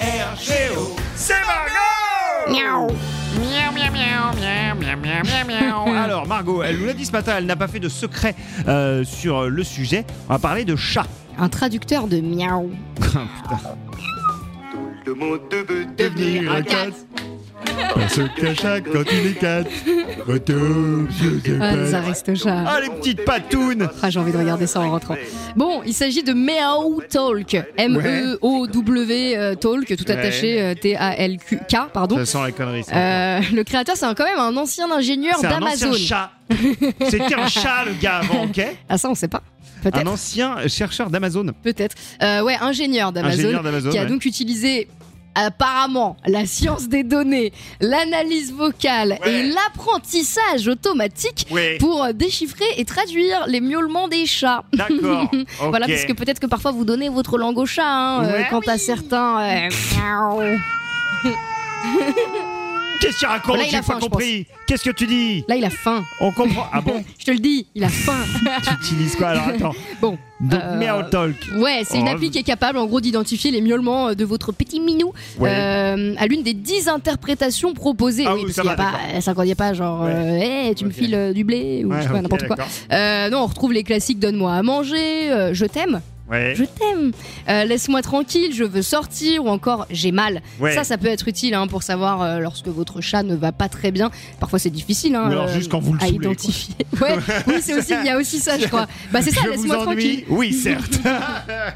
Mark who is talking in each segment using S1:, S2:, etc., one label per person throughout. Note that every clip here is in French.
S1: J-M-A-R-G-O. C'est Margot
S2: Miaou. Miaou, miaou, miaou, miaou, miaou, miaou, miaou, miaou.
S1: Alors, Margot, elle nous l'a dit ce matin, elle n'a pas fait de secret euh, sur le sujet. On va parler de chat.
S2: Un traducteur de miaou.
S3: Le monde de veut
S4: Devenir un cat. Parce qu'à chaque quand il est cat, retourne sur ses
S2: Ah, ça
S4: pattes.
S2: reste chat.
S1: Ah, les petites patounes
S2: Ah, j'ai envie de regarder ça en rentrant. Bon, il s'agit de Meow Talk. M-E-O-W euh, Talk, tout attaché, euh, T-A-L-Q-K, pardon.
S1: Ça sent la connerie. ça.
S2: Euh, le créateur, c'est un- quand même un ancien ingénieur
S1: C'est un
S2: d'Amazon.
S1: ancien chat. C'était un chat, le gars, avant, ok
S2: Ah, ça, on sait pas.
S1: Un
S2: Peut-être.
S1: ancien chercheur d'Amazon.
S2: Peut-être. Euh, ouais, ingénieur d'Amazon.
S1: Ingénieur d'Amazon.
S2: qui a
S1: ouais.
S2: donc utilisé apparemment la science des données, l'analyse vocale
S1: Ouais.
S2: et l'apprentissage automatique
S1: Ouais,
S2: pour euh, déchiffrer et traduire les miaulements des chats.
S1: d'accord.
S2: Voilà,
S1: ok.
S2: parce que peut-être que parfois vous donnez votre langue au chat, hein, euh,
S1: Ouais,
S2: quant à certains... euh, miaou.
S1: Qu'est-ce que tu racontes
S2: Là, il a
S1: J'ai
S2: faim,
S1: pas
S2: je
S1: compris. Qu'est-ce que tu dis
S2: Là, il a faim.
S1: On comprend. Ah bon
S2: Je te le dis, il a faim.
S1: Tu utilises quoi Alors attends.
S2: Bon,
S1: Donc,
S2: euh,
S1: Meow Talk.
S2: Ouais, c'est une
S1: Oh,
S2: appli
S1: vous-
S2: qui est capable, en gros, d'identifier les miaulements euh, de votre petit minou
S1: Ouais.
S2: euh, à l'une des dix interprétations proposées.
S1: Ah
S2: oui,
S1: oui,
S2: parce
S1: ça
S2: qu'il n'y a
S1: va,
S2: pas, euh, ça quand il y a pas genre,
S1: Ouais.
S2: euh, Hey, tu me
S1: Ok.
S2: files euh, du blé ou
S1: Ouais,
S2: je sais pas,
S1: ok,
S2: n'importe quoi.
S1: d'accord.
S2: Euh, non, on retrouve les classiques donne-moi à manger, euh, je t'aime,
S1: Ouais.
S2: je t'aime, euh, laisse-moi tranquille, je veux sortir ou encore j'ai mal.
S1: Ouais.
S2: Ça, ça peut être utile hein, pour savoir euh, lorsque votre chat ne va pas très bien. Parfois, c'est difficile. Hein,
S1: Ou alors
S2: euh,
S1: juste quand vous le
S2: à
S1: saoulez, quoi.
S2: identifier. Ouais, oui, c'est aussi, il y a aussi ça, je crois. Bah, c'est ça,
S1: Je vous
S2: laisse-moi
S1: ennuie.
S2: tranquille.
S1: Oui, certes.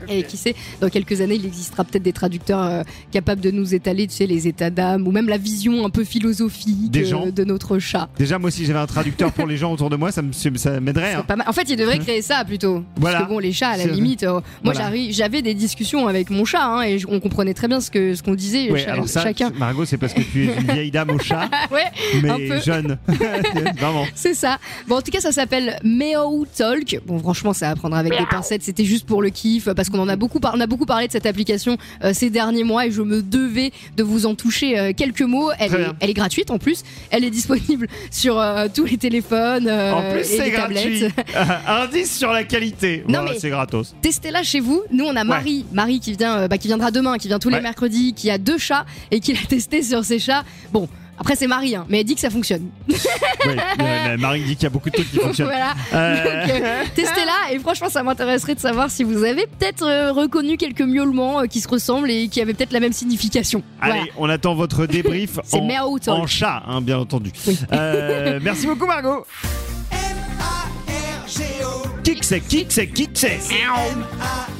S2: Et qui sait, dans quelques années, il existera peut-être des traducteurs euh, capables de nous étaler, tu sais, les états d'âme ou même la vision un peu philosophique
S1: Des
S2: euh,
S1: gens.
S2: de notre chat.
S1: Déjà, moi, si j'avais un traducteur pour les gens autour de moi, ça me- ça m'aiderait. hein.
S2: Pas mal. En fait, il devrait créer ça plutôt.
S1: Voilà.
S2: Parce que bon, les chats, à la
S1: C'est-
S2: limite, euh, moi
S1: Voilà.
S2: j'arrive- j'avais des discussions avec mon chat hein, et je- on comprenait très bien ce que ce qu'on disait
S1: Ouais,
S2: cha-
S1: alors ça,
S2: chacun.
S1: Margot, c'est parce que tu es une vieille dame au chat,
S2: Ouais, un peu.
S1: mais jeune. Vraiment.
S2: c'est ça. Bon, en tout cas, ça s'appelle Meow Talk. Bon, franchement, ça à prendre avec des pincettes. C'était juste pour le kiff parce qu'on en a beaucoup, par- on a beaucoup parlé de cette application euh, ces derniers mois et je me devais de vous en toucher euh, quelques mots. Elle,
S1: Très
S2: est,
S1: bien.
S2: elle est gratuite en plus. Elle est disponible sur euh, tous les téléphones euh,
S1: en plus,
S2: et
S1: c'est
S2: les
S1: gratuit.
S2: tablettes.
S1: Indice sur la qualité.
S2: Non,
S1: Voilà,
S2: mais-
S1: C'est gratos.
S2: Testez-la chez vous. Nous, on a Marie, Marie qui vient, euh, bah, qui viendra demain, qui vient tous les
S1: Ouais.
S2: mercredis, qui a deux chats et qui l'a testé sur ses chats. Bon. Après c'est Marie, hein, mais elle dit que ça fonctionne.
S1: Ouais, euh, Marie dit qu'il y a beaucoup de trucs qui fonctionnent.
S2: voilà,
S1: Euh,
S2: Donc, euh, testez-la et franchement ça m'intéresserait de savoir si vous avez peut-être euh, reconnu quelques miaulements euh, qui se ressemblent et qui avaient peut-être la même signification. Voilà.
S1: Allez, on attend votre débrief
S2: C'est
S1: en,
S2: Meow Talk.
S1: en chat, hein, bien entendu. Euh, merci beaucoup, Margot.
S3: R-G-O.
S1: Kick c'est, kick c'est, kick c'est.
S3: M-A-R-G-O.